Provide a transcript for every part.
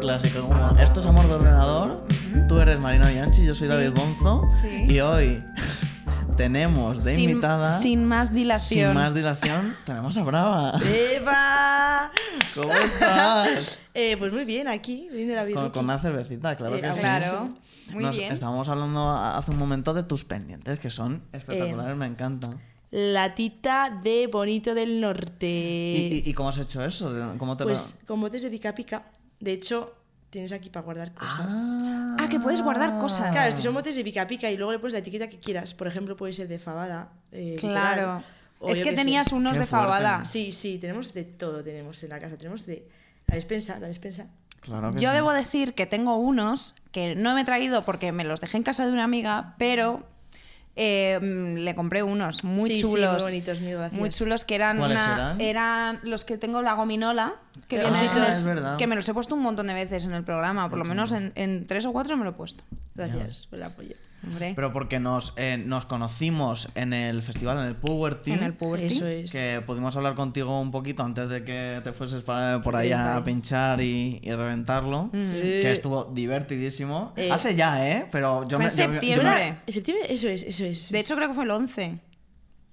clásico, como esto es amor de ordenador, tú eres Marina Bianchi, yo soy Sí. David Bonzo Sí. y hoy tenemos de sin, invitada, sin más dilación. sin más dilación, tenemos a Brava. ¡Eva! ¿Cómo estás? Eh, pues muy bien, aquí, viene la vida. Con, con una cervecita, claro Eh, que sí. claro, muy Nos bien. Estábamos hablando a- hace un momento de tus pendientes, que son Eh, espectaculares, me encantan. Latita de Bonito del Norte. eh, ¿Y, y, y cómo has hecho eso? ¿De- ¿Cómo te pues lo...? con botes de pica pica. De hecho, tienes aquí para guardar cosas. Ah, que puedes guardar cosas. Claro, es que son botes de pica pica y luego le pones la etiqueta que quieras. Por ejemplo, puede ser de fabada. eh, literal, Claro. o es yo que qué sé. tenías unos Qué de fuerte. fabada. Sí, sí, tenemos de todo, tenemos en la casa. Tenemos de la despensa, la despensa. Claro que Yo sí. debo decir que tengo unos que no me he traído porque me los dejé en casa de una amiga, pero eh, mm, le compré unos muy Sí, sí, muy chulos. bonitos, mil gracias. Muy chulos que eran ¿Cuáles una- eran? los que tengo la gominola, que, Ah, vienen en el- es verdad. que me los he puesto un montón de veces en el programa, por lo menos en, en tres o cuatro me lo he puesto. Gracias por el apoyo. Hombre, Pero porque nos, eh, nos conocimos en el festival, en el Power Team. en el puberty. Eso es. Que pudimos hablar contigo un poquito antes de que te fueses para- por ahí Venga. a pinchar y, y reventarlo. Mm. Que Eh. estuvo divertidísimo. Eh. Hace ya, ¿eh? Pero yo Fue me. en yo me- septiembre. yo me- Hombre. ¿En septiembre? Eso es, eso es. eso De es. hecho creo que fue el 11.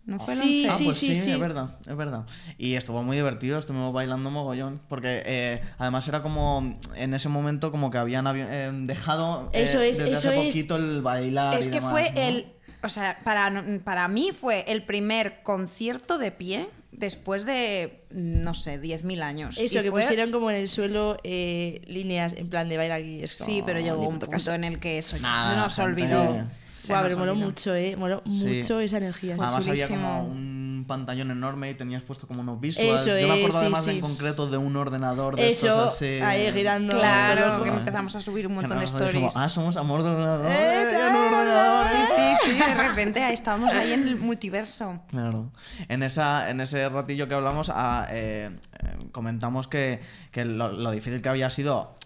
¿No fue el Sí, 11? Ah, pues sí, sí, sí. es verdad, es verdad. Y estuvo muy divertido, estuvimos bailando mogollón, porque eh, además era como, en ese momento como que habían avi- eh, dejado eh, Eso es, desde eso hace es. poquito el bailar. Es y que demás, fue Ah, ¿no? el. O sea, para, no- para mí fue el primer concierto de pie después de, no sé, 10.000 años. Eso, Y que fue- pusieron como en el suelo eh, líneas en plan de baile aquí. Es Sí, como, pero llegó ni un puto punto caso. en el que eso Nada, se nos gente. olvidó. Sí. Se Guau, pero nos moló olvidó. mucho, ¿eh? Moló Sí. mucho esa energía. Guau, Además había chulísimo. como un pantallón enorme y tenías puesto como unos visuals. Eso Yo me es, acuerdo sí, además sí. en concreto de un ordenador de Eso, estos así. ahí girando. todo Claro, loco. que empezamos a subir un montón Que de nosotros dijimos, stories. ah, somos amor de ordenador. ¡Eh, y en un claro! ordenador, Sí, sí, sí, de repente ahí estábamos ahí en el multiverso. Claro. En, esa, en ese ratillo que hablamos, ah, eh, eh, comentamos que, que lo, lo difícil que había sido.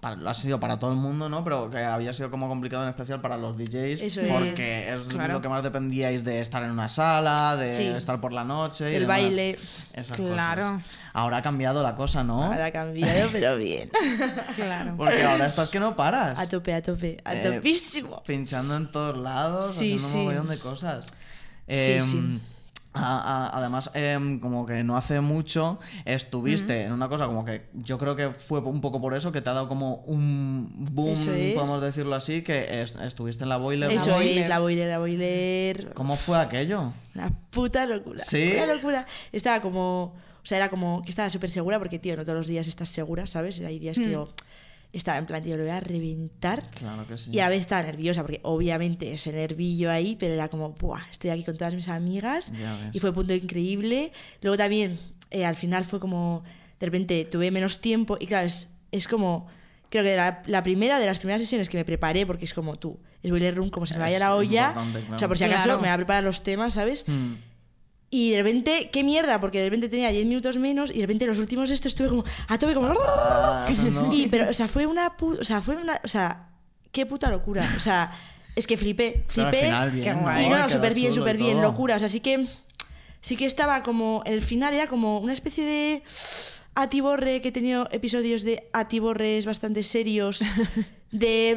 para- lo ha sido para todo el mundo, ¿no? Pero que había sido como complicado en especial para los DJs. Eso es. porque es Claro. lo que más dependíais de estar en una sala, de Sí. estar por la noche. y El demás. baile. Esas Claro. cosas. Ahora ha cambiado la cosa, ¿no? Ahora ha cambiado, pero bien. Claro. Porque ahora estás que no paras. A tope, a tope, a Eh, topísimo. Pinchando en todos lados, Sí, haciendo sí. un mogollón de cosas. Sí, Em, sí. a- a- además, em, como que no hace mucho estuviste en una cosa como que yo creo que fue un poco por eso que te ha dado como un boom, Eso es. podemos decirlo así, que es- estuviste en la boiler. Eso Room. boiler. es, la boiler, la boiler. ¿Cómo fue aquello? Una puta locura. ¿Sí? Una locura. Estaba como. O sea, era como que estaba súper segura porque, tío, no todos los días estás segura, ¿sabes? Hay días que yo estaba en plan, tío, lo voy a reventar. Claro que sí. Y a veces estaba nerviosa porque, obviamente, ese nervillo ahí, pero era como, ¡buah! Estoy aquí con todas mis amigas. Ya ves. Y fue un punto increíble. Luego también, eh, al final fue como, de repente tuve menos tiempo y, claro, es, es como. Creo que la, la primera de las primeras sesiones que me preparé, porque es como tú, el boiler room, como se me vaya Es la olla. importante, claro. O sea, por si acaso Claro. me va a preparar los temas, ¿sabes? Hmm. Y de repente, qué mierda, porque de repente tenía 10 minutos menos y de repente los últimos estos estuve como a tope como Ah, no. y pero o sea, fue una pu- o sea, fue una, o sea, qué puta locura, o sea, es que flipé, Pero al flipé. final bien, Qué ¿no? guay. Y Quedó no, súper bien, chulo y súper bien, todo. locura, o sea, sí que sí que estaba como el final era como una especie de atiborre que he tenido episodios de atiborres bastante serios. De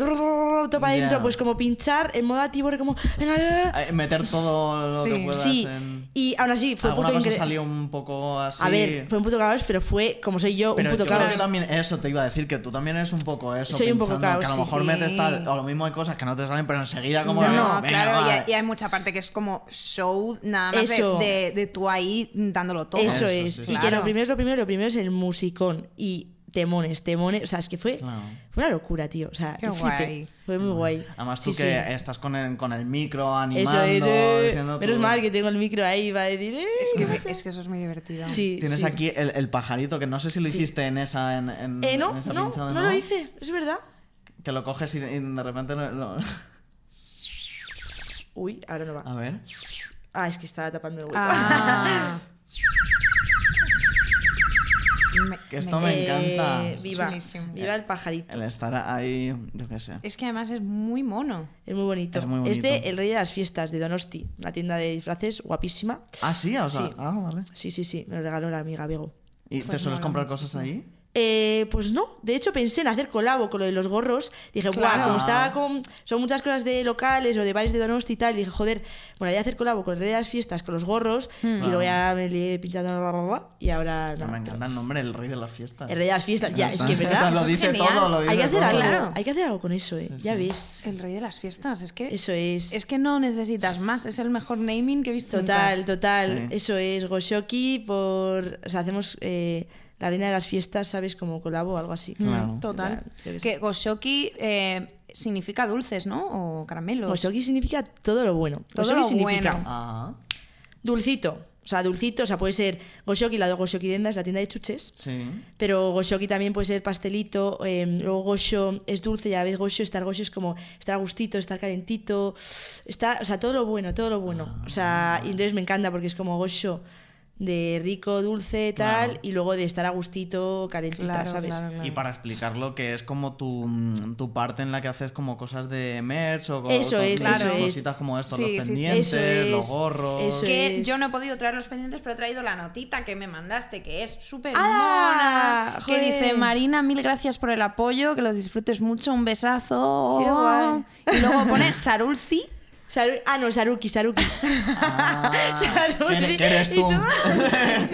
topa Ya. adentro, pues como pinchar en modo atiborre, como. Eh, Meter todo lo que Sí. puedas Sí, en... y aún así fue un Alguna puto cosa incre- salió un poco así... A ver, fue un puto caos, pero fue, como soy yo, Pero un puto yo creo caos. que también eso te iba a decir, que tú también eres un poco eso. Soy un poco pinchando, Que caos, a sí, lo mejor sí. metes tal, o lo mismo hay cosas que no te salen, pero enseguida como... No, que, no, venga, claro, y va. hay, y hay mucha parte que es como show, nada más de- Eso. de, de tú ahí dándolo todo. Eso, Eso, es. sí, y sí. que Claro. lo primero es lo primero, lo primero es el musicón. Y temones, temones. O sea, es que fue, Claro. fue una locura, tío. O sea, Qué yo flipé. guay. Fue muy guay. Además tú Sí, que sí. estás con el, con el micro animando, Eso es. eh, diciendo Menos tú- mal que tengo el micro ahí va a decir. eh, Es que, es que eso es muy divertido. sí, Tienes sí. aquí el, el pajarito, que no sé si lo Sí. hiciste en esa, en, en- Eh, no, en esa no, pinchada, no lo hice, es verdad. Que lo coges y de, y de repente lo- lo- Uy, ahora no A va. ver. Ah, es que estaba tapando el hueco. Ah. Me- Que esto me- me- encanta. Eh, viva, Chulísimo. viva el pajarito. El estar ahí, yo qué Eh, sé. Es que además es muy mono. Es muy bonito. Es muy Es de bonito. El Rey de las Fiestas de Donosti, una tienda de disfraces guapísima. Ah, sí, o sea, Sí. ah, vale. Sí, sí, sí, me lo regaló la amiga Bego. ¿Y te Pues sueles mola comprar muchísimo. cosas ahí? Eh, pues no, de hecho pensé en hacer colabo con lo de los gorros. Dije, guau, Claro. como está con. Son muchas cosas de locales o de bares de Donosti y tal. Y dije, joder, bueno, voy a hacer colabo con el Rey de las Fiestas, con los gorros. Hmm. Y luego ya me lié pinchando. bla, bla, bla, y ahora. No, nada. me encanta el nombre, el rey de las fiestas. El Rey de las Fiestas. Ya, es que Entonces, verdad. o sea, lo Eso es dice genial. todo, lo dice hay que hacer todo. algo, Claro. hay que hacer algo con eso, eh. ya ves. El rey de las fiestas, es que Eso es. es que no necesitas más, es el mejor naming que he visto. nunca. Total, total. Sí. Eso es Goshoki por. O sea, hacemos eh, la arena de las fiestas, ¿sabes? Como colabo o algo así. Claro. Total. Total, creo que sí. Que Goshoki eh, significa dulces, ¿no? O caramelos. Goshoki significa todo lo bueno. Todo Goshoki lo significa bueno. Ah, dulcito. O sea, dulcito, o sea, puede ser Goshoki, la de Goshoki Denda es la tienda de chuches. sí. Pero Goshoki también puede ser pastelito, eh, luego Gosho es dulce y a la vez Gosho, estar Gosho es como estar a gustito, estar calentito, está, o sea, todo lo bueno, todo lo bueno. O sea, y entonces me encanta porque es como Gosho de rico, dulce, tal, Claro. y luego de estar a gustito, calentita, Claro, ¿sabes? claro, claro. Y para explicarlo, que es como tu, mm, tu parte en la que haces como cosas de merch o co- Eso con- es, con eso es. cositas como esto, Sí, los sí, sí. pendientes, Eso es, los gorros. eso Que es. yo no he podido traer los pendientes, pero he traído la notita que me mandaste, que es súper ¡Ah! mona. Que Joder. dice, Marina, mil gracias por el apoyo, que los disfrutes mucho, un besazo. Qué guay. Y luego pone Sarulci. Saru- ah, no, Saruki, Saruki. Ah, Saruki. ¿quién- quién eres Y tú?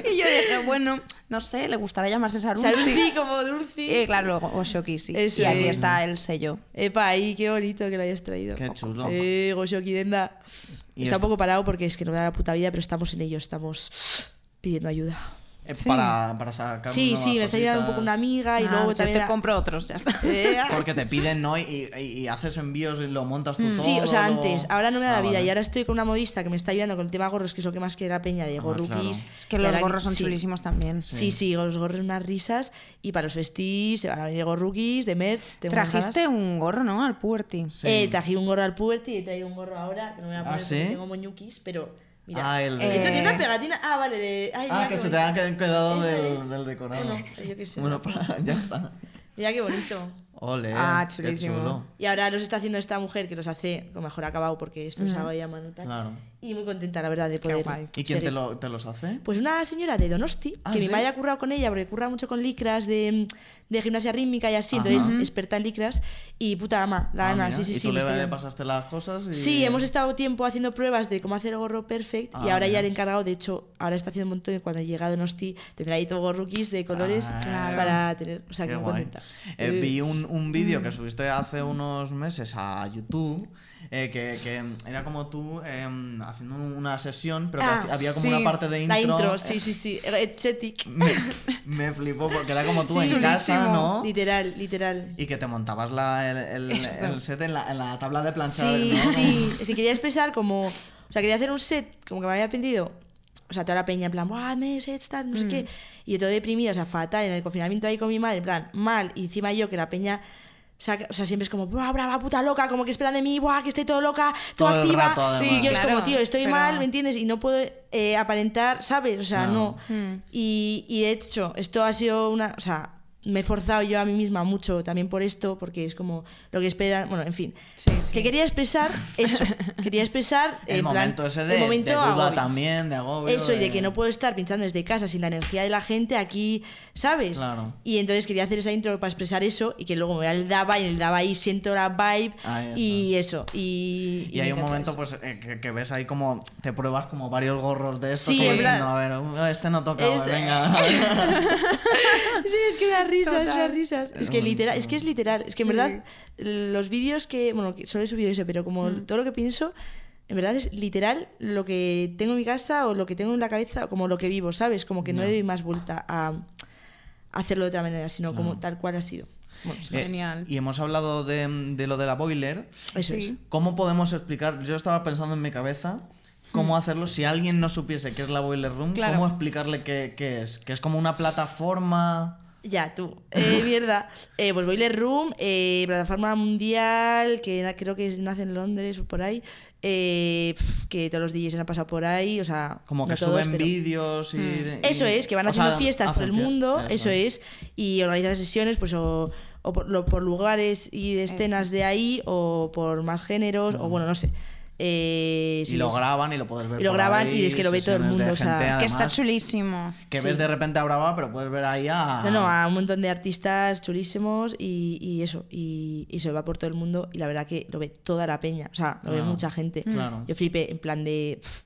y yo dije, bueno, no sé, le gustará llamarse Sarulci. Saruki como dulce. Y eh, claro, luego Oshoki sí. Eso y aquí es. está el sello. Epa, ahí, qué bonito que lo hayas traído. Qué chulo. Eh, Goshoki Denda. Y esto- está un poco parado porque es que no me da la puta vida, pero estamos en ello, estamos pidiendo ayuda. Eh, Sí. para, para sacar sí, nuevas sí, me está ayudando un poco una cositas. amiga y Ah, luego yo también. te la- compro otros, ya está. Eh, ah. Porque te piden, ¿no? Y, y- y haces envíos y lo montas tú todo. Mm, Sí, o sea, luego- antes, ahora no me da Ah, la vida vale. y ahora estoy con una modista que me está ayudando con el tema gorros, que es lo que más quiere la peña de gorrukis. Ah, claro. es que Y los ahora- gorros son sí. chulísimos también. Sí, sí, los gorros unas risas y para los festis se van a venir gorrukis de merch. tengo unas Trajiste ganas. un gorro, ¿no? Al puerti. Sí. Eh, trají un gorro al puberty y he traído un gorro ahora, que no me voy a Ah, poner porque ¿sí? tengo moñuquis, pero mira. Ah, el De hecho, Eh, tiene una pegatina. Ah, vale, de. Ay, Ah, mira, que qué se te bonito. han quedado Eso del, es. del decorado. Bueno, yo qué sé. Bueno, para- ya está. Mira qué bonito. Ole. Ah, qué chulísimo. chulo. Y ahora los está haciendo esta mujer que los hace con mejor acabado porque esto se hago ya a mano tal. Claro. Y muy contenta, la verdad, de poder. guay. ¿Y quién ser- te, lo, te los hace? Pues una señora de Donosti, Ah, que mi ¿sí? madre ha currado con ella porque curra mucho con licras de, de gimnasia rítmica y así, entonces Ajá. es experta en licras. Y puta ama, la Ah, Ana, mira. sí, sí, ¿Y sí. tú me le está ayudando. pasaste las cosas? Y... Sí, hemos estado tiempo haciendo pruebas de cómo hacer el gorro perfect y Eh, Ah, ahora ya mira. le he encargado, de hecho, ahora está haciendo un montón y cuando llegue a Donosti tendrá ahí todo rookies de colores Ah, Claro. para tener, o sea, Qué que muy guay. contenta. Eh, Eh, vi un, un vídeo que subiste hace unos meses a YouTube. eh, que, que era como tú eh, haciendo una sesión, pero que Ah, haci- había como sí. una parte de eh, la intro, sí, sí, sí, Chetic. Me, me flipó porque era como tú Sí, en casa, chulísimo. ¿no? Literal, literal. Y que te montabas la, el, el- Eso. el set en la, en la tabla de planchar. Sí, ¿no? sí. Si quería expresar como. O sea, quería hacer un set, como que me había pedido. O sea, toda la peña, en plan, ¡buah, me sets, tal, no Mm. sé qué! Y yo todo deprimida, o sea, fatal, en el confinamiento ahí con mi madre, en plan, mal. Y encima yo, que la peña. saca- o sea, siempre es como, ¡buah, brava, puta loca! Como que esperan de mí, ¡buah, que estoy todo loca, todo, Todo el activa! rato, además. y yo es Sí, como, claro, tío, estoy pero- mal, ¿me entiendes? Y no puedo eh, aparentar, ¿sabes? O sea, No. no. Mm. Y, y de hecho, esto ha sido una. O sea, me he forzado yo a mí misma mucho también por esto, porque es como lo que esperan. Bueno, en fin. Sí, sí. Que quería expresar eso. quería expresar El en plan, momento ese de, el momento de duda agobio. también, de agobio. Eso, y de que no puedo estar pinchando desde casa sin la energía de la gente aquí, ¿sabes? Claro. Y entonces quería hacer esa intro para expresar eso y que luego me voy al Dava y en el Dava ahí siento la vibe Ahí y eso. Y, Y me hay un momento encanta eso. pues eh, que, que ves ahí como te pruebas como varios gorros de estos Sí, como en plan- diciendo, a ver, uh, este no toca, Es- venga. Sí, es que las risas, Total. las risas. Es que, buenísimo. literal, es que es literal. Es que en Sí. verdad, los vídeos que. Bueno, que solo he subido ese, pero como todo lo que pienso, en verdad es literal lo que tengo en mi casa o lo que tengo en la cabeza, como lo que vivo, ¿sabes? Como que no, le doy más vuelta a hacerlo de otra manera, sino como tal cual ha sido. Bueno, sí. Eh, Genial. y hemos hablado de, de lo de la boiler. eso sí. ¿Cómo podemos explicar? Yo estaba pensando en mi cabeza cómo Hmm. hacerlo si alguien no supiese qué es la boiler room, Claro. cómo explicarle qué, qué es, que es como una plataforma. es. Ya, tú. Eh, mierda. Eh, pues Boiler Room, eh, plataforma mundial, que na- creo que es- nace en Londres o por ahí. eh, pf, que todos los DJs han pasado por ahí, o sea, Como que no todos, suben pero- Hmm. vídeos y, y- Eso es, que van o sea, haciendo fiestas por hacen el fie- mundo, eso es, y organizan sesiones, pues o, o por, lo- por lugares y de escenas de ahí, o por más géneros, o bueno, no sé. eh, Mm. y sí, lo sí. graban y lo puedes ver. Y lo por graban ahí, y es que lo ve todo el sesiones de mundo, o sea, Que Que está además, chulísimo. Que sí. ves de repente a Brava, pero puedes ver ahí a. No, no, a un montón de artistas chulísimos y, y eso. Y, y se va por todo el mundo y la verdad que lo ve toda la peña. O sea, lo ve Claro, mucha gente. claro. Yo flipé en plan de. pf,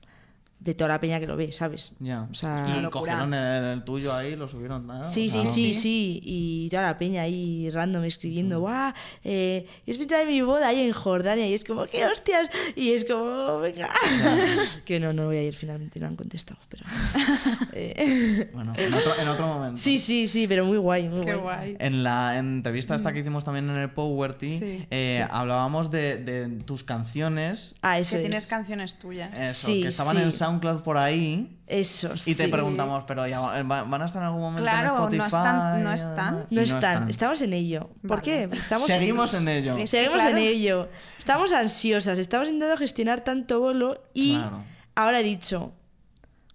de toda la peña que lo ve, ¿sabes? Ya. O sea, y locura. cogieron el, el tuyo ahí, lo subieron. ¿no? Sí, sí, Claro. sí, sí. Y toda la peña ahí random escribiendo, ¡guau! Eh, es mitad de mi boda ahí en Jordania. Y es como, ¡qué hostias! Y es como, ¡venga! que no, no voy a ir finalmente, no han contestado. Pero... Ah, Eh, Bueno, en otro, en otro momento. sí, sí, sí, pero muy guay, muy Qué guay. guay. En la entrevista Mm. esta que hicimos también en el Power Tea, Sí. eh, hablábamos de, de tus canciones. Ah, eso Que tienes es. canciones tuyas. Eso, Sí, que estaban sí. en SoundCloud por ahí. Eso, Y te sí. preguntamos, pero ya va- va- van a estar en algún momento Claro, en no Spotify. están- no eh? están. Y No están, estamos en ello. ¿Por Vale. qué? Porque Estamos Seguimos en, en ello. Es- seguimos Claro. en ello. Estamos ansiosas, estamos intentando gestionar tanto bolo y Claro. ahora he dicho,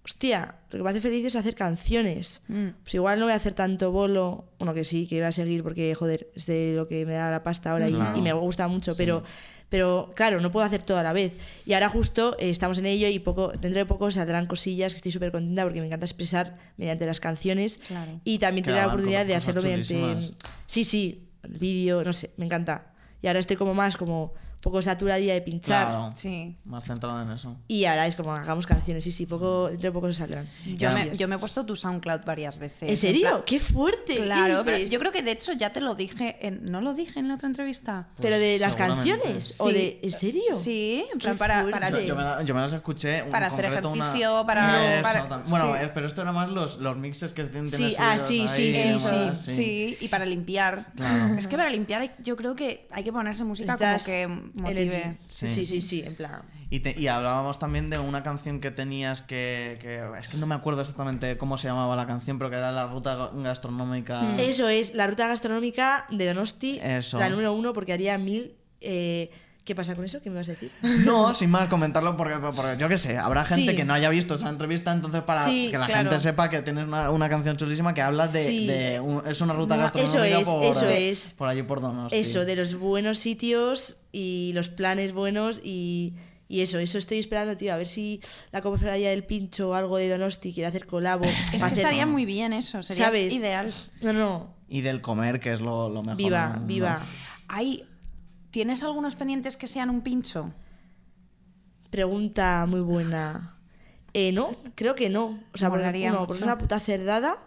hostia, lo que me hace feliz es hacer canciones. Mm. Pues igual no voy a hacer tanto bolo, bueno que sí, que iba a seguir porque joder, es de lo que me da la pasta ahora y- Claro. y, me gusta mucho, pero pero claro, no puedo hacer todo a la vez. Y ahora justo eh, estamos en ello y poco dentro de poco saldrán cosillas que estoy súper contenta porque me encanta expresar mediante las canciones Claro. y también tener la Claro, oportunidad de cosas hacerlo mediante chulísimas. sí, sí, el vídeo, no sé, me encanta. Y ahora estoy como más como un poco saturadilla de pinchar Claro, Sí. más centrado en eso. y ahora es como hagamos canciones, sí, sí, poco dentro de poco saldrán. Yo Ya. me, yo me he puesto tu SoundCloud varias veces. ¿En plan- serio? ¡Qué fuerte! ¿Qué Claro, pero dices? yo creo que de hecho ya te lo dije en, ¿No lo dije en la otra entrevista? Pero Pues de las seguramente. canciones o Sí. de ¿en serio? Sí, en Qué plan para, fuerte. para Yo, ti. yo me la- yo me las escuché. un Para hacer concreto, una- ejercicio, para- Eso No, para- también. Bueno, sí. eh, pero esto era más los, los mixes que tienen Sí, subidos ah, sí, sí, ahí y sí, demás, sí, sí, y para limpiar. Claro. Es que para limpiar hay- yo creo que hay que ponerse música Necesitas como que energy. motive. Sí. Sí. sí, sí, sí, en plan. Y, te- y hablábamos también de una canción que tenías que, que- Es que no me acuerdo exactamente cómo se llamaba la canción, pero que era la ruta ga- gastronómica. Mm. Eso es la ruta gastronómica de Donosti, Mm. Eso. la número uno, porque haría mil. eh, ¿Qué pasa con eso? ¿Qué me vas a decir? No, sin más comentarlo, porque, porque yo qué sé, habrá gente Sí. que no haya visto esa entrevista, entonces para Sí, que la claro. gente sepa que tienes una, una canción chulísima que habla de. Sí. de un- es una ruta No, gastronómica eso es, por, eso es. por allí por Donosti. Eso, de los buenos sitios y los planes buenos y, y eso, eso estoy esperando, tío, a ver si la cofradía del pincho o algo de Donosti quiere hacer colabo. Es que hacer- estaría muy bien eso, sería ¿Sabes? ideal. No, no, Y del comer, que es lo, lo mejor. del viva, mundo. viva. Ay, ¿Tienes algunos pendientes que sean un pincho? Pregunta muy buena. Eh, no, creo que no. O sea, por, Molaría no, porque mucho. es una puta cerdada.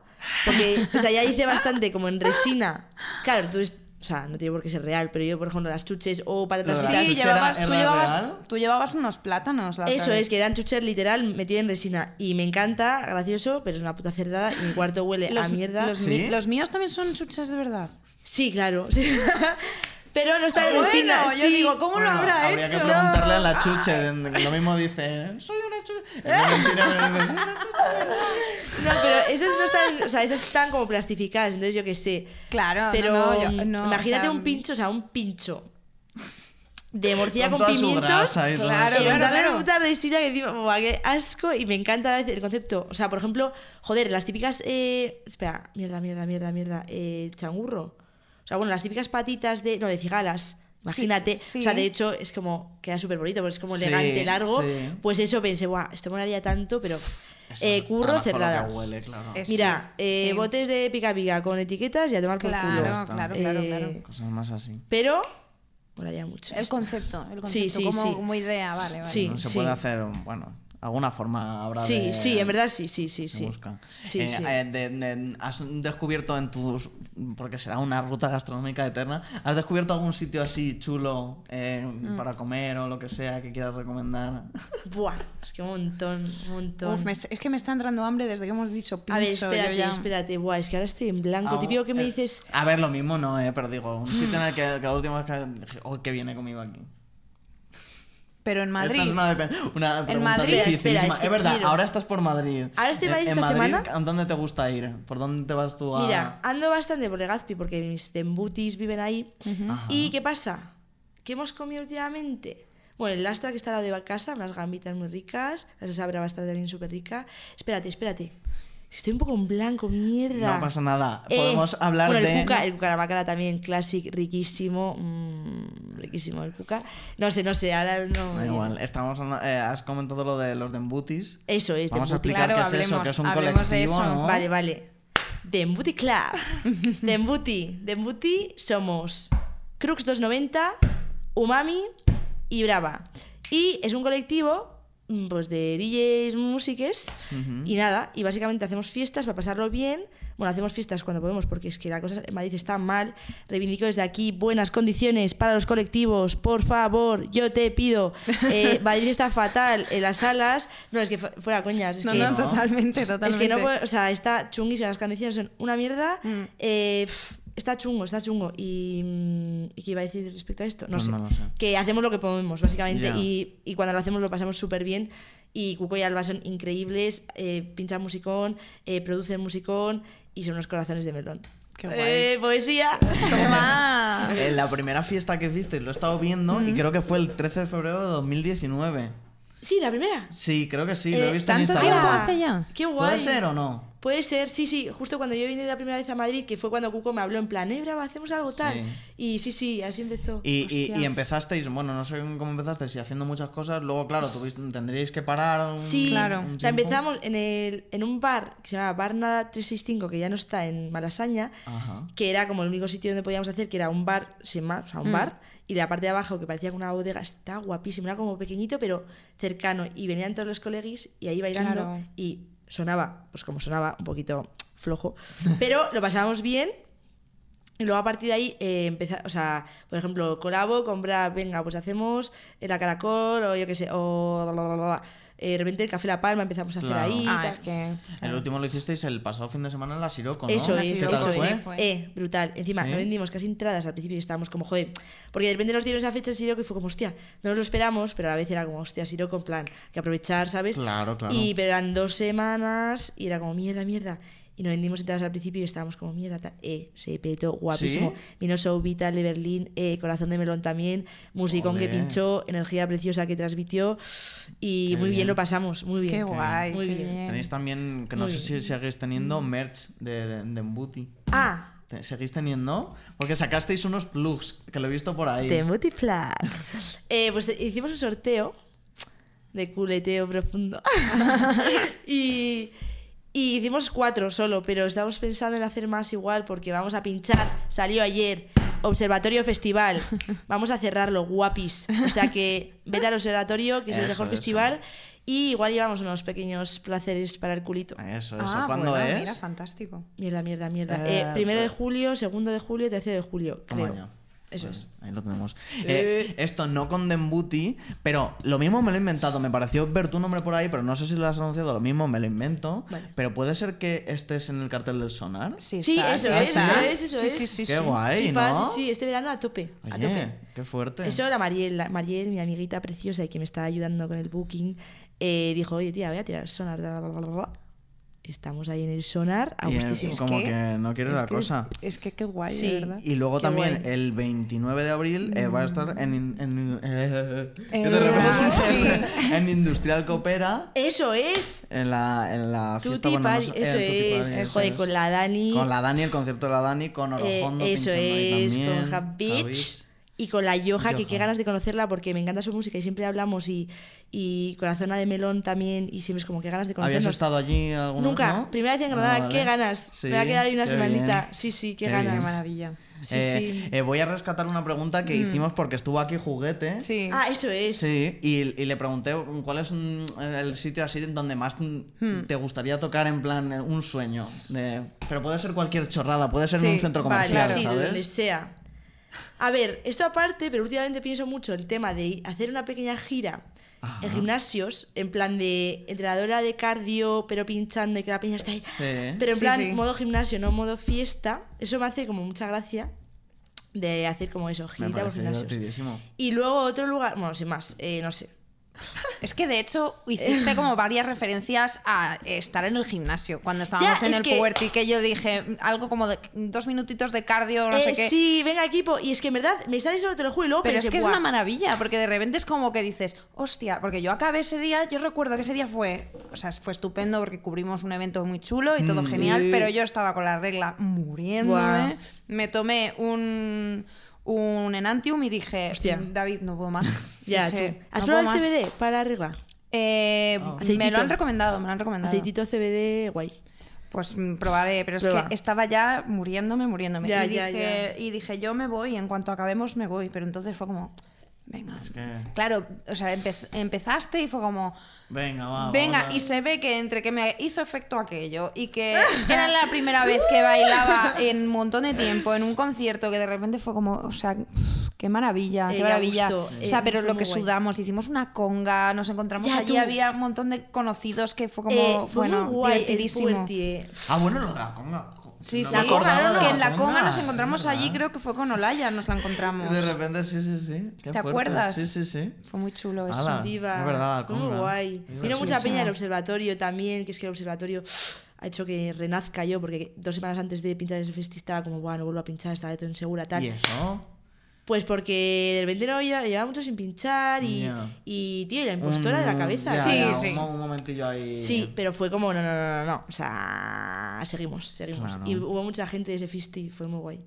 Porque, o sea, ya hice bastante como en resina. Claro, tú es- o sea, no tiene por qué ser real, pero yo, por ejemplo, las chuches o patatas Lo de las fritas. Sí, chuchera llevabas, era tú, llevabas, real. tú llevabas unos plátanos. La otra Eso vez. es, que eran chuches literal metidas en resina. Y me encanta, gracioso, pero es una puta cerdada. Y mi cuarto huele Los, a "Ah, mierda. Los, ¿Sí? mi- los míos también son chuches de verdad. Sí, claro. sí. pero no está en resina. Ah, Bueno, yo sí. digo, ¿cómo Bueno, lo habrá habría hecho? que preguntarle a la chuche. Lo mismo dice, soy una chuche. Es mentira, pero dice, "Soy una No, pero esas no están, o sea, esas están como plastificadas, entonces yo qué sé. Claro, Pero no, no, yo- mm, no, imagínate o sea, un pincho, o sea, un pincho de morcilla Con con, toda su pimientos. grasa y todo Claro, eso. Y claro. untarle una puta resina que encima, buah, qué asco, y me encanta el concepto. O sea, por ejemplo, joder, las típicas. eh, espera, mierda, mierda, mierda, mierda. eh, changurro. O sea, bueno, las típicas patitas de. No, de cigalas. Imagínate. Sí, sí. O sea, de hecho, es como. Queda súper bonito, porque es como Sí, elegante, largo. sí. Pues eso pensé, guau, esto molaría tanto, pero. pff, Eso, eh, curro además por lo que cerrada. huele, claro. Es- Mira, eh, sí. botes de pica pica con etiquetas y a tomar por Claro, culo. está. claro, claro, claro. Eh, Cosas más así. Pero molaría mucho. El esto. concepto, el concepto Sí, sí, como, sí. como idea, vale, vale. Sí. ¿no? Se puede hacer, bueno, alguna forma habrá Sí, de- sí, en verdad sí, sí, sí, se sí. busca. Sí, Eh, sí. eh, de- de- ¿Has descubierto en tus... porque será una ruta gastronómica eterna, ¿has descubierto algún sitio así chulo eh, Mm. para comer o lo que sea que quieras recomendar? Buah, es que un montón, un montón. Uf, me está- es que me está entrando hambre desde que hemos dicho pincho. A ver, yo espérate, ya- espérate. Buah, es que ahora estoy en blanco. Ah, Típico que me eh, dices, A ver, lo mismo no, eh, pero digo, un sitio en el que, que la última vez que dije, oh, que viene conmigo aquí. Pero en Madrid. Esta es una, depe- una pregunta Madrid. Espera, espera, dificilísima. es que verdad, quiero. ahora estás por Madrid. Eh, Ahora estoy en Madrid en esta Madrid, semana. ¿a ¿Dónde te gusta ir? ¿Por dónde te vas tú a...? mira, ah, ando bastante por Legazpi porque mis dembutis viven ahí. Ajá. ¿Y qué pasa? ¿Qué hemos comido últimamente? Bueno, el lastra que está al lado de casa, unas gambitas muy ricas, la salsa brava está también súper rica. Espérate, espérate. Estoy un poco en blanco, mierda. No pasa nada. Eh, Podemos hablar bueno, de. El cuca, el cucaramácara también, clásico, riquísimo. mm, riquísimo el cuca. No sé, no sé, ahora no. Da igual, estamos, habla- eh, has comentado lo de los de embutis. Eso es, de Vamos a Este Embuti. explicar Claro, qué es eso, hablemos- que es un hablemos de colectivo, eso. ¿no? Vale, vale. De Embuti Club. De Embuti. De Embuti somos Crux290, Umami y Brava. Y es un colectivo mm, pues de DJs, músiques Ujú. y nada. Y básicamente hacemos fiestas para pasarlo bien. Bueno, hacemos fiestas cuando podemos porque es que la cosa en Madrid está mal. Reivindico desde aquí buenas condiciones para los colectivos. Por favor, yo te pido. Eh, Madrid está fatal en las salas. No, es que fu- fuera coñas. Es No, que no, no. totalmente, totalmente. es que no puedo, o sea, está chunguísimo, las canciones son una mierda. Mm. eh, pf, está chungo, está chungo. Y, mm, ¿y qué iba a decir respecto a esto? No, Pues sé. no lo sé. Que hacemos lo que podemos, básicamente. Ya. Y, y cuando lo hacemos lo pasamos súper bien. Y Cuco y Alba son increíbles, eh, pinchan musicón, eh, producen musicón y son unos corazones de melón. Qué guay. Pues Eh, poesía. Toma. Eh, la primera fiesta que hiciste, lo he estado viendo, Mm. y creo que fue el 13 de febrero de 2019. sí, la primera. Sí, creo que sí, lo he Eh, visto ¿Tanto en tiempo Instagram. Ah, hace ya? Qué guay. ¿Puede ser o no? Puede ser, sí, sí. Justo cuando yo vine la primera vez a Madrid, que fue cuando Cuco me habló en plan, eh, brava, hacemos algo tal. Sí. Y sí, sí, así empezó. Y, y- Hostia. y empezasteis, bueno, no sé cómo empezasteis, si haciendo muchas cosas, luego, claro, tuviste, tendríais que parar. Un, sí, Claro. un o sea, tiempo. empezamos en, el, en un bar que se llama Bar Nada 365, que ya no está en Malasaña, Ajá. que era como el único sitio donde podíamos hacer, que era un bar sin más, o sea, un bar, y la parte de abajo, que parecía una bodega, está guapísimo, era como pequeñito, pero cercano, y venían todos los coleguis y ahí bailando, Claro. y sonaba, pues como sonaba, un poquito flojo, pero lo pasábamos bien. Y luego a partir de ahí eh, empeza- o sea, por ejemplo, colabo, compra, venga, pues hacemos eh, la caracol o yo qué sé, o bla, bla, bla, bla. Eh, de repente el café La Palma empezamos a hacer Claro. ahí. Ah, tal. es que. El último lo hicisteis el pasado fin de semana en la Siroco, ¿no? Eso La es, ¿Qué Siroco, tal eso sí, fue? fue. Eh, brutal. Encima, Sí. no vendimos casi entradas al principio y estábamos como, joder, porque de repente nos dieron esa fecha en Siroco y fue como, hostia, no nos lo esperamos, pero a la vez era como, hostia, Siroco, en plan, que aprovechar, ¿sabes? Claro, claro. Y, pero eran dos semanas y era como, mierda, mierda. Y no vendimos entradas al principio y estábamos como, mierda, ta- eh, se petó, guapísimo. ¿Sí? Vino Show Vital de Berlín, eh, Corazón de Melón también, musicón Ole. que pinchó, energía preciosa que transmitió y Qué muy bien. bien. lo pasamos, muy bien. Qué guay. Muy qué bien. Tenéis también, que no Muy sé si bien. Mm. seguís teniendo merch de, de, de Embuti. Ah, Te- ¿Seguís teniendo? Porque sacasteis unos plugs, que lo he visto por ahí. Te multipla. Eh, pues eh, hicimos un sorteo de culeteo profundo. y, y hicimos cuatro solo, pero estamos pensando en hacer más igual porque vamos a pinchar. Salió ayer. Observatorio Festival. Vamos a cerrarlo, guapis. O sea que vete al observatorio, que es el Eso, mejor eso. festival. Y igual llevamos unos pequeños placeres para el culito. Eso, eso. Ah, ¿Cuándo bueno, es? Mira, fantástico. Mierda, mierda, mierda. Eh, Eh, primero de pues- julio, segundo de julio, tercero de julio, Toma creo. ya. Eso Pues es. Ahí lo tenemos. Eh, esto no con Dembuti, pero lo mismo me lo he inventado. Me pareció ver tu nombre por ahí, pero no sé si lo has anunciado. Lo mismo me lo invento. Vale. Pero puede ser que estés en el cartel del sonar. Sí, está, eso sí es, está. eso es, eso Sí, es. sí, sí, Qué sí. guay, Flipa, ¿no? sí, sí, este verano a tope, a tope. Oye, qué fuerte. Eso la Mariel, la Mariel, mi amiguita preciosa y que me está ayudando con el booking, eh, dijo, oye tía, voy a tirar el sonar. bla, bla, bla, bla, bla". Estamos ahí en el sonar, a Y, eh, gustísimo. como que, que- no quiere Es la que- cosa. Es que qué guay, Sí. de verdad. Y luego Qué también guay. el 29 de abril eh, va a estar en, en- eh, Eh, yo de repente- ah, sí. en Industrial Coopera. Eso es. En la, en la fiesta Tutti bueno, no Party, sé- eh, eso Tutti es. Party, eso Joder, es. con la Dani. Con la Dani, el concierto de la Dani, con eh, Orojondo. eso pinchando ahí es, también, con Hub Beach. Javis. Y con la Yoja, que qué Joja. ganas de conocerla porque me encanta su música y siempre hablamos y, y Corazona de Melón también y siempre es como que ganas de ¿Habías conocernos. estado allí alguna Nunca, ¿no? primera vez en Ah, Granada, vale. qué ganas. Sí, Me va a quedar ahí una qué semanita. bien. Sí, sí, qué, Qué ganas. Qué bien. maravilla. Sí, Eh, sí. eh, voy a rescatar una pregunta que hicimos porque estuvo aquí Juguete. Sí. Ah, eso es. eh, Sí, y, y le pregunté cuál es mm, el sitio así donde más Hmm. mm, te gustaría tocar en plan eh, un sueño. de- pero puede ser cualquier chorrada, puede ser en Sí, un centro Vale, comercial, sí, de donde ¿sabes? sea. A ver, esto aparte, pero últimamente pienso mucho el tema de hacer una pequeña gira Ajá. en gimnasios, en plan de entrenadora de cardio, pero pinchando y que la peña está ahí. Sí. Pero en Sí, plan, sí. modo gimnasio, no modo fiesta. Eso me hace como mucha gracia de hacer como eso, Me girita por parece gimnasios. divertidísimo. Y luego otro lugar, bueno, sin más, eh, no sé. Es que de hecho hiciste como varias referencias a estar en el gimnasio cuando estábamos Ya, en es el que- puerto y que yo dije algo como de dos minutitos de cardio, no Eh, sé qué. Sí, venga equipo. Y es que en verdad me sale solo, te lo juro, y luego Pero es pensé, que es "Buah". una maravilla, porque de repente es como que dices, hostia, porque yo acabé ese día, yo recuerdo que ese día fue, o sea, fue estupendo porque cubrimos un evento muy chulo y todo genial, Mm. Sí. pero yo estaba con la regla muriendo, Buah. me tomé un, un Enantium y dije, Hostia. David, no puedo más. Ya, Dije, tú. ¿Has "No puedo probado el más". CBD para la regla? Eh, Oh. Me Aceitito. lo han recomendado, me lo han Ah. recomendado. Aceitito CBD, guay. Pues mm, probaré, pero es Prueba. que estaba ya muriéndome, muriéndome. Ya, y, ya, dije, y dije, yo me voy, en cuanto acabemos me voy. Pero entonces fue como, venga. Es que- Claro, o sea, empez- empezaste y fue como, Venga, va. venga, Ah, vamos a- y se ve que entre que me hizo efecto aquello y que era la primera vez que bailaba en un montón de tiempo, en un concierto, que de repente fue como, o sea, qué maravilla, Eh, qué qué maravilla. gusto, O sea, eh, pero fue lo muy que guay. sudamos, hicimos una conga, nos encontramos Ya, allí, tú. había un montón de conocidos que fue como, Eh, fue bueno, muy guay el divertidísimo. puerti, eh. Ah, bueno, lo de la conga. Sí, No sí, me acordaba de conga, ¿no? que en la conga nos es encontramos verdad. allí, creo que fue con Olaya, nos la encontramos. De repente, sí, sí, sí. Qué ¿Te fuerte. acuerdas? Sí, sí, sí. Fue muy chulo eso. Ala. Viva. Ah, Es verdad, la Fue muy conga. guay. Viva. Vino mucha Sí, peña sí. del observatorio también, que es que el observatorio ha hecho que renazca yo, porque dos semanas antes de pinchar ese festi estaba como, bueno, no vuelvo a pinchar, estaba de todo insegura, tal. ¿Y eso? Pues porque de repente no lleva- llevaba mucho sin pinchar y, Ya. y tío, y la impostora Pues de la Un- cabeza. Mm, ya, Sí, ya, sí. Un, mo- un momentillo ahí. Sí, pero fue como, no, no, no, no, no. O sea, seguimos, seguimos. Claro. Y hubo mucha gente de ese festi, fue muy guay.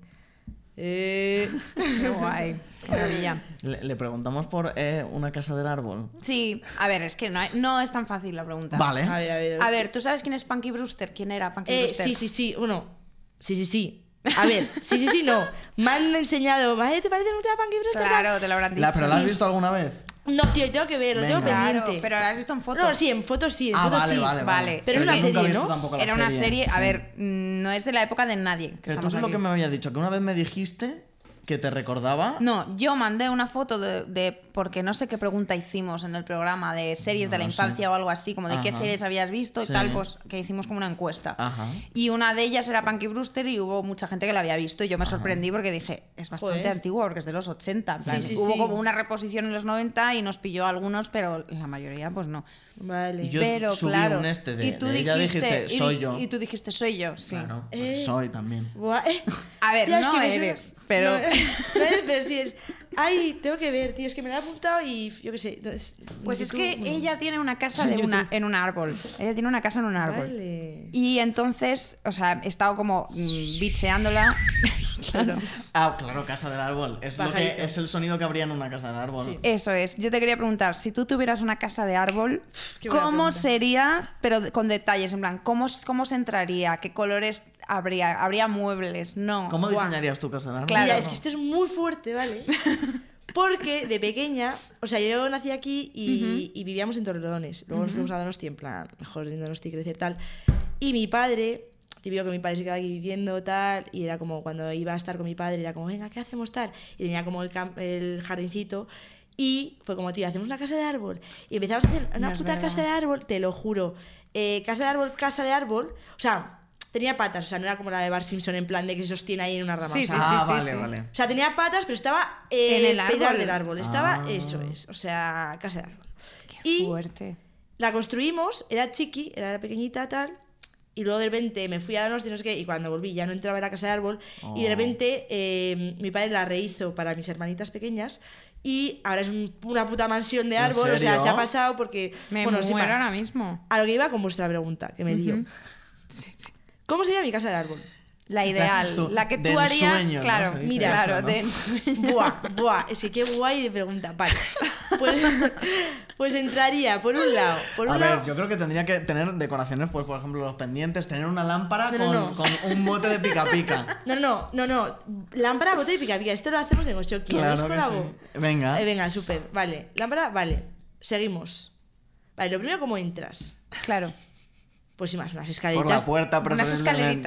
Eh, Qué guay. Qué maravilla. Le, le preguntamos por eh, una casa del árbol. Sí, a ver, es que no, hay- no es tan fácil la pregunta. Vale. A ver, a ver. A ver, ¿tú sabes quién es Punky Brewster? ¿Quién era Punky Eh, Brewster? sí, sí, sí, bueno. Sí, sí, sí. A ver, sí, sí, sí, no. Me han enseñado, "Madre, ¿te parece mucho a Punky Brewster? Claro, te lo habrán dicho. La, ¿Pero la has visto alguna vez? No, tío, tengo que verlo, tengo Venga. Claro, pendiente. pero la has visto en fotos. No, sí, en fotos sí, en ah, fotos vale, sí. vale, vale. vale. Pero es una yo nunca he serie, visto ¿no? tampoco la Era una serie, a sí. ver, mm, no es de la época de nadie que Pero tú estamos sabes lo aquí. que me había dicho, que una vez me dijiste que te recordaba. No, yo mandé una foto de, de- porque no sé qué pregunta hicimos en el programa de series de la No lo sé. infancia o algo así, como de qué Ajá. series habías visto y Sí. tal, pues que hicimos como una encuesta. Ajá. Y una de ellas era Punky Brewster y hubo mucha gente que la había visto y yo me sorprendí porque dije, es bastante Joder. antigua porque es de los 80. en plan, sí, hubo sí. como una reposición en los 90 y nos pilló a algunos, pero la mayoría pues no. Vale. Y yo pero subí claro, un este de- de ella, dijiste, y "Soy di- yo". Y tú dijiste, soy yo, sí. Claro, pues Eh. soy también. Buah, eh. A ver, Ya, no me suena- eres, pero- No, no eres, pero sí es. Ay, tengo que ver, tío, es que me lo he apuntado y yo qué sé. entonces, Pues es YouTube, que bueno. ella tiene una casa En de una, YouTube. en un árbol. Ella tiene una casa en un árbol. Vale. Y entonces, o sea, he estado como mm, bicheándola. claro. Ah, claro, casa del árbol. Es, lo Pajarito. que, es el sonido que habría en una casa del árbol. Sí. Eso es. Yo te quería preguntar, si tú tuvieras una casa de árbol, Qué buena ¿cómo pregunta. sería? Pero de- con detalles, en plan, ¿cómo, s- cómo se entraría? ¿Qué colores habría? ¿Habría muebles? No. ¿Cómo Buah. diseñarías tu casa del árbol? Claro. Mira, es que esto es muy fuerte, ¿vale? Porque de pequeña, o sea, yo nací aquí y, y vivíamos en Torrelodones. Luego nos fuimos a Donosti, en plan, mejor en Donosti crecer tal. Y mi padre, típico que mi padre se quedaba aquí viviendo tal, y era como cuando iba a estar con mi padre, era como, venga, ¿qué hacemos tal? Y tenía como el, cam- el jardincito. Y fue como, tío, hacemos una casa de árbol. Y empezamos a hacer una No es puta verdad. casa de árbol, te lo juro. Eh, casa de árbol, casa de árbol. O sea, tenía patas, o sea, no era como la de Bar Simpson en plan de que se sostiene ahí en una rama. Sí, o sí, sea, Ah, sí, sí, vale, sí. vale. o sea, tenía patas, pero estaba eh, En el árbol. pedal del árbol. Estaba, Ah. eso es, o sea, casa de árbol. Qué y fuerte. la construimos, era chiqui, era pequeñita, tal. Y luego de repente me fui a Donosti, no sé qué, y cuando volví ya no entraba en la casa de árbol. Y de Oh. repente eh, mi padre la rehizo para mis hermanitas pequeñas. Y ahora es un- una puta mansión de ¿En árbol, o sea, serio? se ha pasado porque. Me bueno, sin muero más. ahora mismo. A lo que iba con vuestra pregunta, que me dio ¿Cómo sería mi casa de áárbol? La ideal, tú- la que tú de harías, ensueño, ¿no? claro, Se dice mira, eso, claro, ¿no? de ensueño. Buah, buah, es que qué guay de pregunta. Vale. Pues, pues entraría, por un lado, por un a lado. ver, yo creo que tendría que tener decoraciones, pues por ejemplo los pendientes, tener una lámpara No, no, con, no. con un bote de pica pica. No, no, no, no. Lámpara, bote y pica pica. Esto lo hacemos en Oshoki. ¿Os claro que colabo? sí. Venga. Eh, venga, súper. Vale. Lámpara, vale. Seguimos. Vale, lo primero, ¿cómo entras? Claro. Pues sí, más unas por la escaleritas. puerta, unas preferiblemente.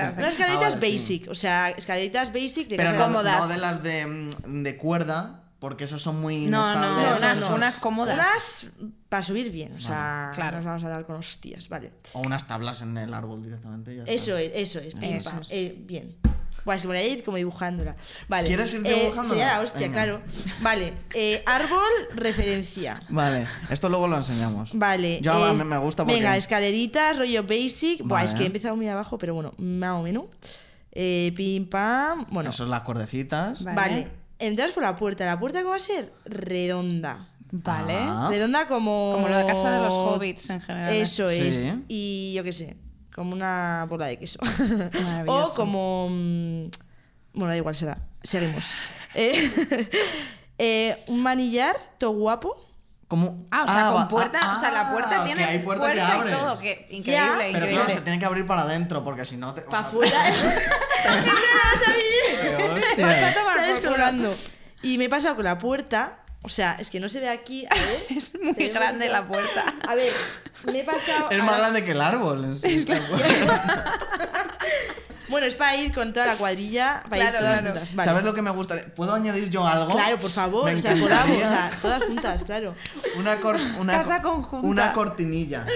escaleritas. Unas escaleritas Ah, vale, sí. basic. O sea, escaleritas basic de Pero casa no, de- cómodas. no de las de, mm, de cuerda, porque esas son muy No, no, inestables. No, unas- no, no. unas cómodas. Unas para subir bien. O sea, Vale, claro. nos vamos a dar con hostias. Vale. O unas tablas en el árbol directamente. ya está. Eso es, eso es, pim, Eso pam, es. eh, bien. Buah, es que me voy a ir como dibujándola. Vale. ¿Quieres ir eh, dibujándola? sería la hostia, Venga. claro. Vale, eh, árbol, referencia. Vale, esto luego lo enseñamos. Vale. Yo a eh, mí me gusta porque. Venga, escalerita, rollo basic. Buah, es Vale. que he empezado muy abajo, pero bueno, más o menos. Eh, pim, pam. Bueno, Bueno, son las cuerdecitas. Vale. vale. Entras por la puerta. ¿La puerta cómo va a ser? Redonda. Vale. Ah. Redonda como. Como la casa de los hobbits en general. ¿eh? Eso Sí. es. Y yo qué sé, como una bola de queso. o Maravilloso. como. mm, Bueno, da igual será. Seguimos. Eh, eh, un manillar, todo guapo. Como... Ah, o sea, va- con puerta, ah, o sea, la puerta ah, tiene que hay puerta, puerta que abres. y todo, que increíble, Ya. Pero Pero increíble. claro, se tiene que abrir para adentro, porque si no te. Para afuera. afuera. tomar por ¿Sabes? culo. Colgando. Y me he pasado con la puerta. O sea, es que no se ve aquí. A ver. es muy Tenemos grande que- la puerta. A ver, me he pasado. Es a más la- grande que pues, el árbol. en sí, esta puerta. Bueno, es para ir con toda la cuadrilla. Para Claro, ir todas claro. juntas. Vale. ¿Sabes lo que me gustaría? ¿Puedo añadir yo algo? Claro, por favor. Me O sea, colamos. O encantaría sea, todas juntas, claro. Una, cor- una Casa co- conjunta. Una cortinilla.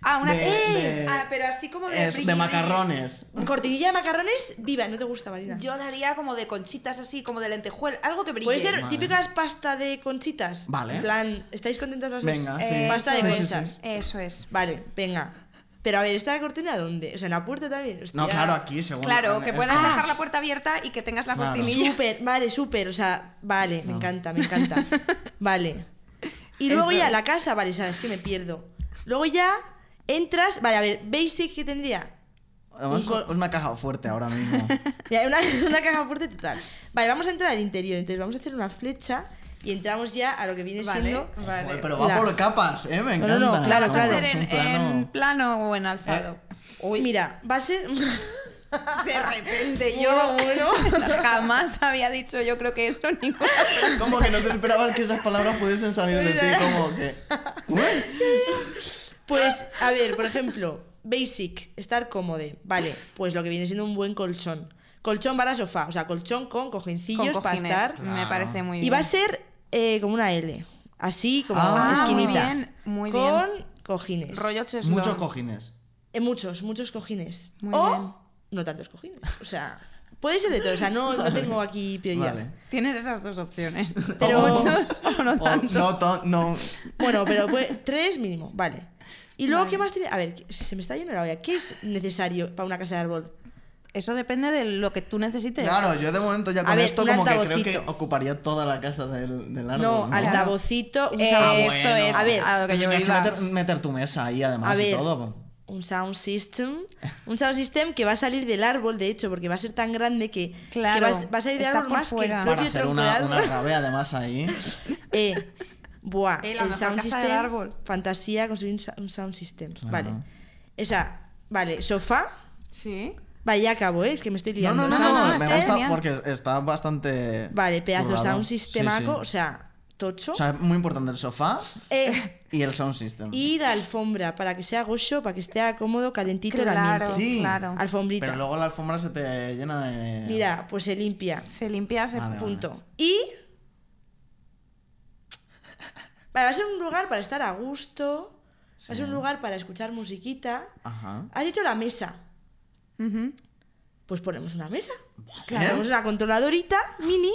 Ah, una. de- ¡Eh! de- ah, pero así como de. es de brillines. macarrones. Cortinilla de macarrones viva. No te gusta, Marina. Yo la haría como de conchitas así, como de lentejuela, algo que brille. Puede ser Vale. típicas pasta de conchitas. Vale. En plan, ¿estáis contentas las dos? Venga, sí. Eh, Pasta de eso es. conchas. Eso es. Vale, venga. Pero a ver, ¿esta cortina dónde? O sea, en la puerta también. No, Hostia. claro, aquí, según. Claro, que es puedas como- dejar la puerta abierta y que tengas la Claro. cortinilla. Súper, vale, súper. O sea, vale, me No. encanta, me encanta. Vale. Y Eso luego ya es. la casa, vale, sabes que me pierdo. Luego ya entras, vale, a ver, basic que tendría. Además, Un co- os me ha cajado fuerte ahora mismo. Ya, una, una caja fuerte total. Vale, vamos a entrar al interior, entonces vamos a hacer una flecha y entramos ya a lo que viene Vale, siendo. vale. Joder, pero va La- por capas, ¿eh? Me No, encanta. no, no, claro, Como claro. es Hacer un en, plano- en plano o en alzado. Mira, va a ser. De repente Yo jamás había dicho yo creo que eso ninguna. Como que no te esperabas que esas palabras pudiesen salir de ti, como que... ¿eh? Uy, Pues, a ver, por ejemplo, basic, estar cómodo. Vale, pues lo que viene siendo un buen colchón. Colchón para sofá, o sea, colchón con cojincillos Con para cojines, estar. Claro. Me parece muy bien. Y va a ser eh, como una L, así como Ah, una muy esquinita. bien, muy con cojines. rollo cheslón. Muchos cojines. Eh, muchos, muchos cojines. Muy o bien. no tantos cojines. O sea, puede ser de todo, o sea, no, no tengo aquí prioridad. Vale. Tienes esas dos opciones. Pero- Pero muchos o no O- tantos. no, to- no. Bueno, pero pues, tres mínimo, vale. Y luego, Vale. ¿qué más tiene? A ver, se se me está yendo la olla. ¿Qué es necesario para una casa de árbol? Eso depende de lo que tú necesites. Claro, yo de momento ya A con ver, esto un como que altavocito. creo que ocuparía toda la casa del, del árbol. No, altavocito, un Eh, sound, bueno. Esto es Ah, A a, ver, lo que yo Tenías que iba. meter, meter tu mesa ahí además A ver. y todo. un sound system. Un sound system que va a salir del árbol, de hecho, porque va a ser tan grande que, Claro, que va, a- va a salir del está árbol por más que fuera. el Para propio hacer tronco una, del una árbol. rave además ahí. Eh, buah, Eh, la el mejor sound casa del system. árbol. Fantasía, construir un, sa- un sound system. Claro. Vale. Esa, vale, sofá. Sí. Vale, ya acabo, ¿eh? es que me estoy No, liando. no, no, Sound no, no, me system. gusta genial. porque está bastante... Vale, pedazo currado. sound Sí, sistemaco, sí. o sea, tocho. O sea, muy importante el sofá Eh, y el sound system. y la alfombra, para que sea gocho, para que esté cómodo, calentito el Claro, ambiente. Sí. claro. Alfombrita. Pero luego la alfombra se te llena de... Mira, pues se limpia. Se limpia, se Vale, vale. Punto. Y. Vale, va a ser un lugar para estar a gusto. Va a ser un lugar para escuchar musiquita. Ajá. Has dicho la mesa. Ujú. Pues ponemos una mesa. Claro. Ponemos una controladorita mini.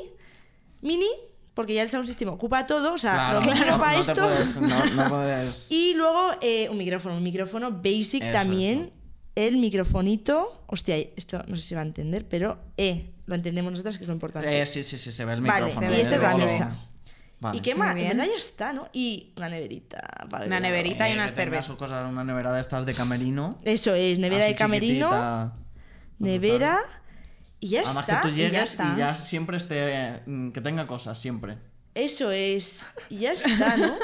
Mini. Porque ya el sound system ocupa todo. O sea, Claro, lo mínimo no, para no te esto. puedes- no, no puedes- Y luego eh, un micrófono, un micrófono basic Eso, también. El microfonito. Hostia, esto no sé si va a entender, pero eh, lo entendemos nosotras que es lo importante. Eh, sí, sí, sí, se ve el vale, micrófono. se y ve ¿eh? esta es la Luego lo- mesa. Vale. ¿Y qué Muy más? En bien. verdad ya está, ¿no? Y una neverita. para Una beber neverita. agua. y unas Eh, que tenga cervezas. sus cosas, una nevera de estas de camerino. Eso es, nevera así de camerino, chiquitita. nevera. Y ya Además está. que tú ya llegues y ya, está. siempre esté... mm, Que tenga cosas, siempre. Eso es. Y ya está, ¿no?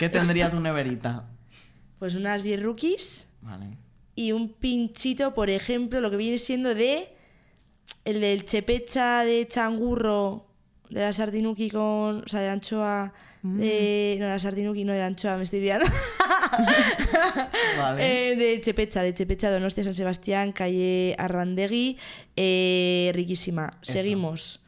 ¿Qué tendría tu neverita? pues unas beer rookies Vale. y un pinchito, por ejemplo, lo que viene siendo de. El del chepecha de changurro, de la sardinuki con. O sea, de la anchoa. Mm. De, no, de la sardinuki, no de la anchoa, me estoy liando. Vale. Eh, de Chepecha, de Chepecha, Donostia, San Sebastián, calle Arrandegui, eh, riquísima. Eso. Seguimos.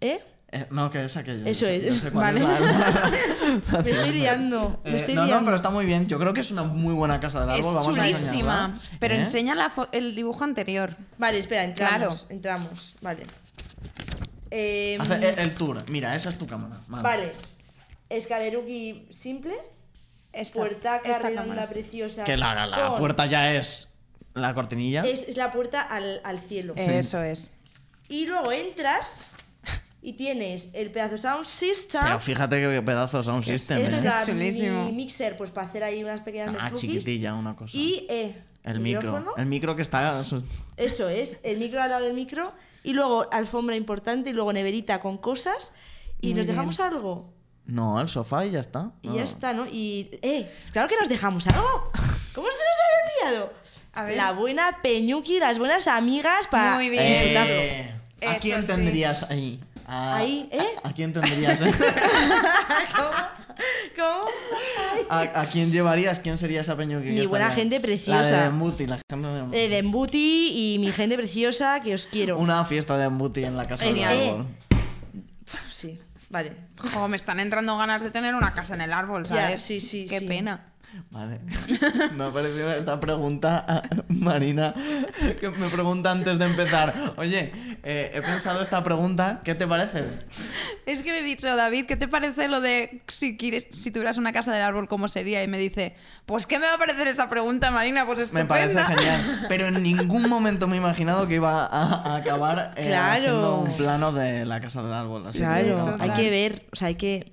¿Eh? Eh, no, que es aquello. Eso no sé- es. no sé cuál Vale. es la- Me estoy liando, Eh, me estoy no, no, liando. pero está muy bien. Yo creo que es una muy buena casa del árbol. Es Vamos a chulísima. enseñarla. Pero ¿Eh? enseña la fo- el dibujo anterior. Vale, espera, entramos, Claro. entramos, vale. Eh, Hace el, el tour. Mira, esa es tu cámara. Vale. vale, escaleruki simple, puerta esta redonda cámara. preciosa. Que la, la- la con- puerta ya es la cortinilla. Es, es la puerta al, al cielo. Sí. Eso es. Y luego entras y tienes el pedazo sound system. Pero fíjate qué pedazos aún existen. Esta es ¿eh? la Es chulísimo. mini mixer, pues para hacer ahí unas pequeñas Ah, mezcluquis. chiquitilla, una cosa. Y eh, el micro. micrófono. El micro que está. su- Eso es, el micro al lado del micro. Y luego alfombra importante y luego neverita con cosas. Y Muy nos bien. dejamos algo. No, al sofá y ya está. Ah. No. Y este ya está, ¿no? Y, eh, claro que nos dejamos algo. ¿Cómo se nos había olvidado? A ver. La buena Peñuqui, las buenas amigas para Muy bien. disfrutarlo. Eh, ¿A Eso quién sí. tendrías ahí? A- Ahí, ¿eh? ¿A, a quién tendrías? ¿Cómo? ¿A, a quién llevarías? ¿Quién sería esa peñuquilla? Mi buena gente La preciosa. de Dembuti, la gente de Dembuti. Eh, de Embuti y mi gente preciosa que os quiero. Una fiesta de Dembuti en la casa Genial. del árbol. Sí, vale. Como me están entrando ganas de tener una casa en el árbol, Ya, ¿sabes? sí, sí, Qué sí. pena. Vale. Me ha parecido esta pregunta a Marina, que me pregunta antes de empezar. Oye, eh, he pensado esta pregunta, ¿qué te parece? Es que le he dicho, David, ¿qué te parece lo de si quieres, si tuvieras una casa del árbol, cómo sería? Y me dice, pues ¿qué me va a parecer esa pregunta, Marina? Pues Me estupenda. parece genial. Pero en ningún momento me he imaginado que iba a, a acabar eh, Claro. haciendo un plano de la casa del árbol. así, sí, Claro, total. hay que ver, o sea, hay que,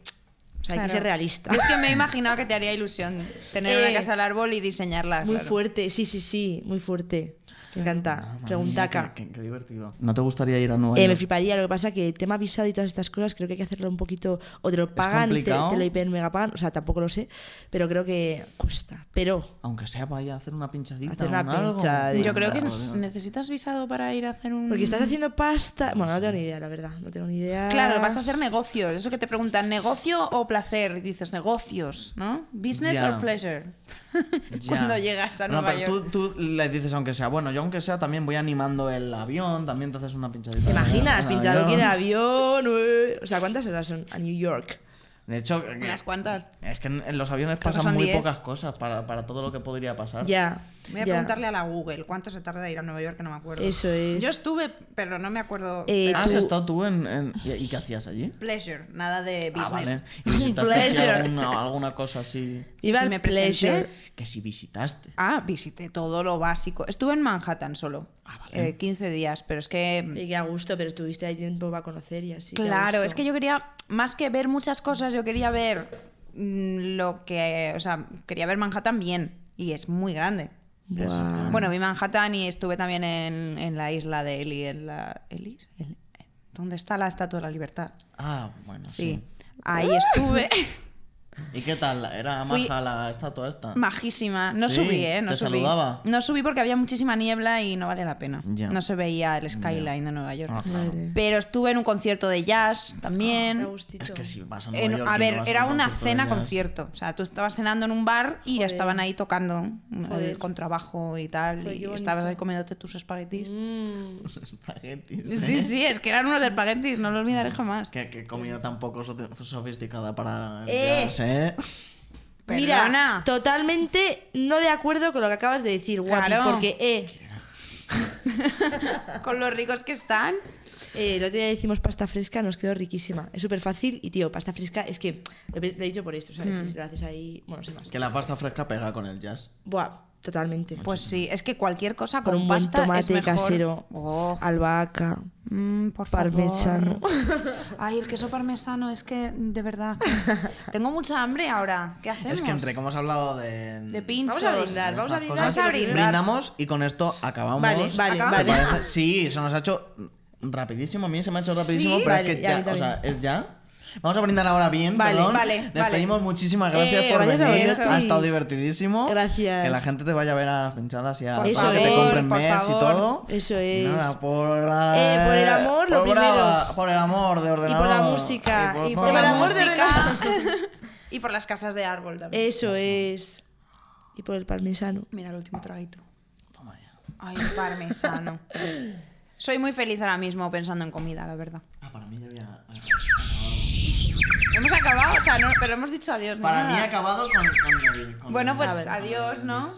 o sea, hay Claro. que ser realista. Yo es que me he imaginado que te haría ilusión tener Eh, una casa del árbol y diseñarla. Muy claro. fuerte, sí, sí, sí, muy fuerte. Me encanta. Mamma Pregunta Ah, mía, acá. Qué, qué- qué divertido. ¿No te gustaría ir a Nueva Eh, me York? fliparía, lo que pasa que el tema visado y todas estas cosas creo que hay que hacerlo un poquito, o te lo pagan y te, complicado. te lo hiper mega pagan, o sea, tampoco lo sé, pero creo que cuesta. Pero, Aunque sea para ir a hacer una pinchadita. Hacer o una un algo. pinchadita. Yo creo que Claro, digo. necesitas visado para ir a hacer un. porque Mm. estás haciendo pasta, bueno, no tengo ni idea, la verdad, no tengo ni idea. Claro, vas a hacer negocios. Eso que te preguntan, ¿negocio o placer? Y dices, negocios, ¿no? ¿Business Ya. or pleasure? Ya. Cuando llegas a No, Nueva pero York. Tú, tú le dices, aunque sea, bueno, yo aunque sea, también voy animando el avión, también te haces una pinchadita. ¿Te en el- en imaginas? el Pinchado aquí en avión. avión, eh, o sea, ¿cuántas horas son a New York? De hecho, eh, Unas cuantas. es que en en los aviones Creo que pasan son muy 10. pocas cosas para, para todo lo que podría pasar. Ya. Voy a ya. preguntarle a la Google cuánto se tarda ir a Nueva York, que no me acuerdo. Eso es. Yo estuve, pero no me acuerdo. Eh, pero- Ah, ¿Has tú- estado tú en, en- ¿y, y qué hacías allí? Pleasure, nada de Ah, vale. business. ¿Y visitaste así Pleasure. alguna, alguna cosa así? Viva Si el me presenté- pleasure. Que si visitaste. Ah, visité todo lo básico. Estuve en Manhattan solo. Ah, eh, 15 días, pero es que. Y que a gusto, pero estuviste ahí tiempo para conocer y así. qué a Claro, gusto. es que yo quería, más que ver muchas cosas, yo quería ver mm, lo que. O sea, quería ver Manhattan bien. Y es muy grande. Ah. Buah. Bueno, vi Manhattan y estuve también en, en la isla de Eli, en la. ¿Elis? El- ¿Dónde está la Estatua de la Libertad? Ah, bueno, Sí. sí. Ah. Ahí estuve. ¿Y qué tal? ¿Era Fui- maja la estatua esta? Majísima. No Sí, subí, ¿eh? No te subí. saludaba. No subí porque había muchísima niebla y no vale la pena. Ya. No se veía el skyline de Nueva York. Ah, claro. Madre. Pero estuve en un concierto de jazz también. Ah, Qué gustito. Es que si vas a Nueva En- York a y no ver, vas era un una concierto de cena jazz, concierto. O sea, tú estabas cenando en un bar y Joder. estaban ahí tocando el Joder. contrabajo y tal. Joder, y qué bonito. estabas ahí comiéndote tus espaguetis. Mm. espaguetis, ¿eh? Sí, sí, es que eran unos espaguetis, no lo olvidaré jamás. Que, que comida tan poco so- sofisticada para el Eh. jazz, ¿eh? Perdona. Mira, totalmente no de acuerdo con lo que acabas de decir, guapi, Claro. porque eh, Con los ricos que están. eh, el otro día decimos pasta fresca, nos quedó riquísima. Es súper fácil y, tío, pasta fresca es que lo he, lo he dicho por esto, ¿sabes? Si lo haces ahí, bueno, sin más. Que la pasta fresca pega con el jazz. Buah, totalmente. Pues sí, es que cualquier cosa con, con un buen pasta es tomate mejor. casero, Oh. albahaca, Mm, por favor. parmesano. Ay, el queso parmesano es que, de verdad. Tengo mucha hambre ahora. ¿Qué hacemos? Es que entre que hemos hablado de... De pinchos. Vamos a brindar, vamos a estas brindar. cosas, Vamos a brindar. Brindamos y con esto acabamos. Vale, vale, ¿Te Acabamos. vale. parece? Sí, se nos ha hecho rapidísimo. A mí se me ha hecho rapidísimo, Sí. pero Vale, es que ya, ya, a mí o sea, también. es ya. Vamos a brindar ahora bien, Vale, perdón. vale, Les vale. pedimos muchísimas gracias Eh, por gracias a venir. vosotros. Ha estado divertidísimo. Gracias. Que la gente te vaya a ver a las pinchadas y a Por a favor, que te compren por merch y favor. todo. Eso Y es. Nada, por, Eh, por el amor, lo por primero. Brava, por el amor de ordenador. la música, y por Por la el amor de música. y por las casas de árbol también. Eso es. Y por el parmesano. Mira el último traguito. Toma ya. Ay, parmesano. Soy muy feliz ahora mismo pensando en comida, la verdad. Ah, para mí ya había... Hemos acabado, o sea, no, pero hemos dicho adiós. ¿no? Para Nada. mí ha acabado con... con el- con Bueno, el- pues A ver. adiós, ¿no?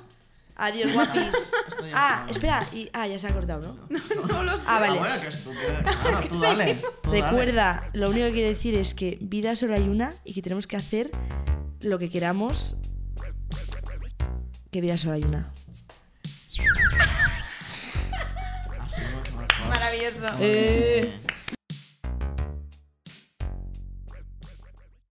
Adiós, guapis. Esto ya Ah, está. espera, y, ah, ya se ha cortado, ¿no? No lo sé. Ah, Ah, vale. bueno, que es tu- claro, tú dale. tú dale. Recuerda, lo único que quiero decir es que vida solo hay una y que tenemos que hacer lo que queramos. Que vida solo hay una. Así, mejor. Maravilloso. Eh.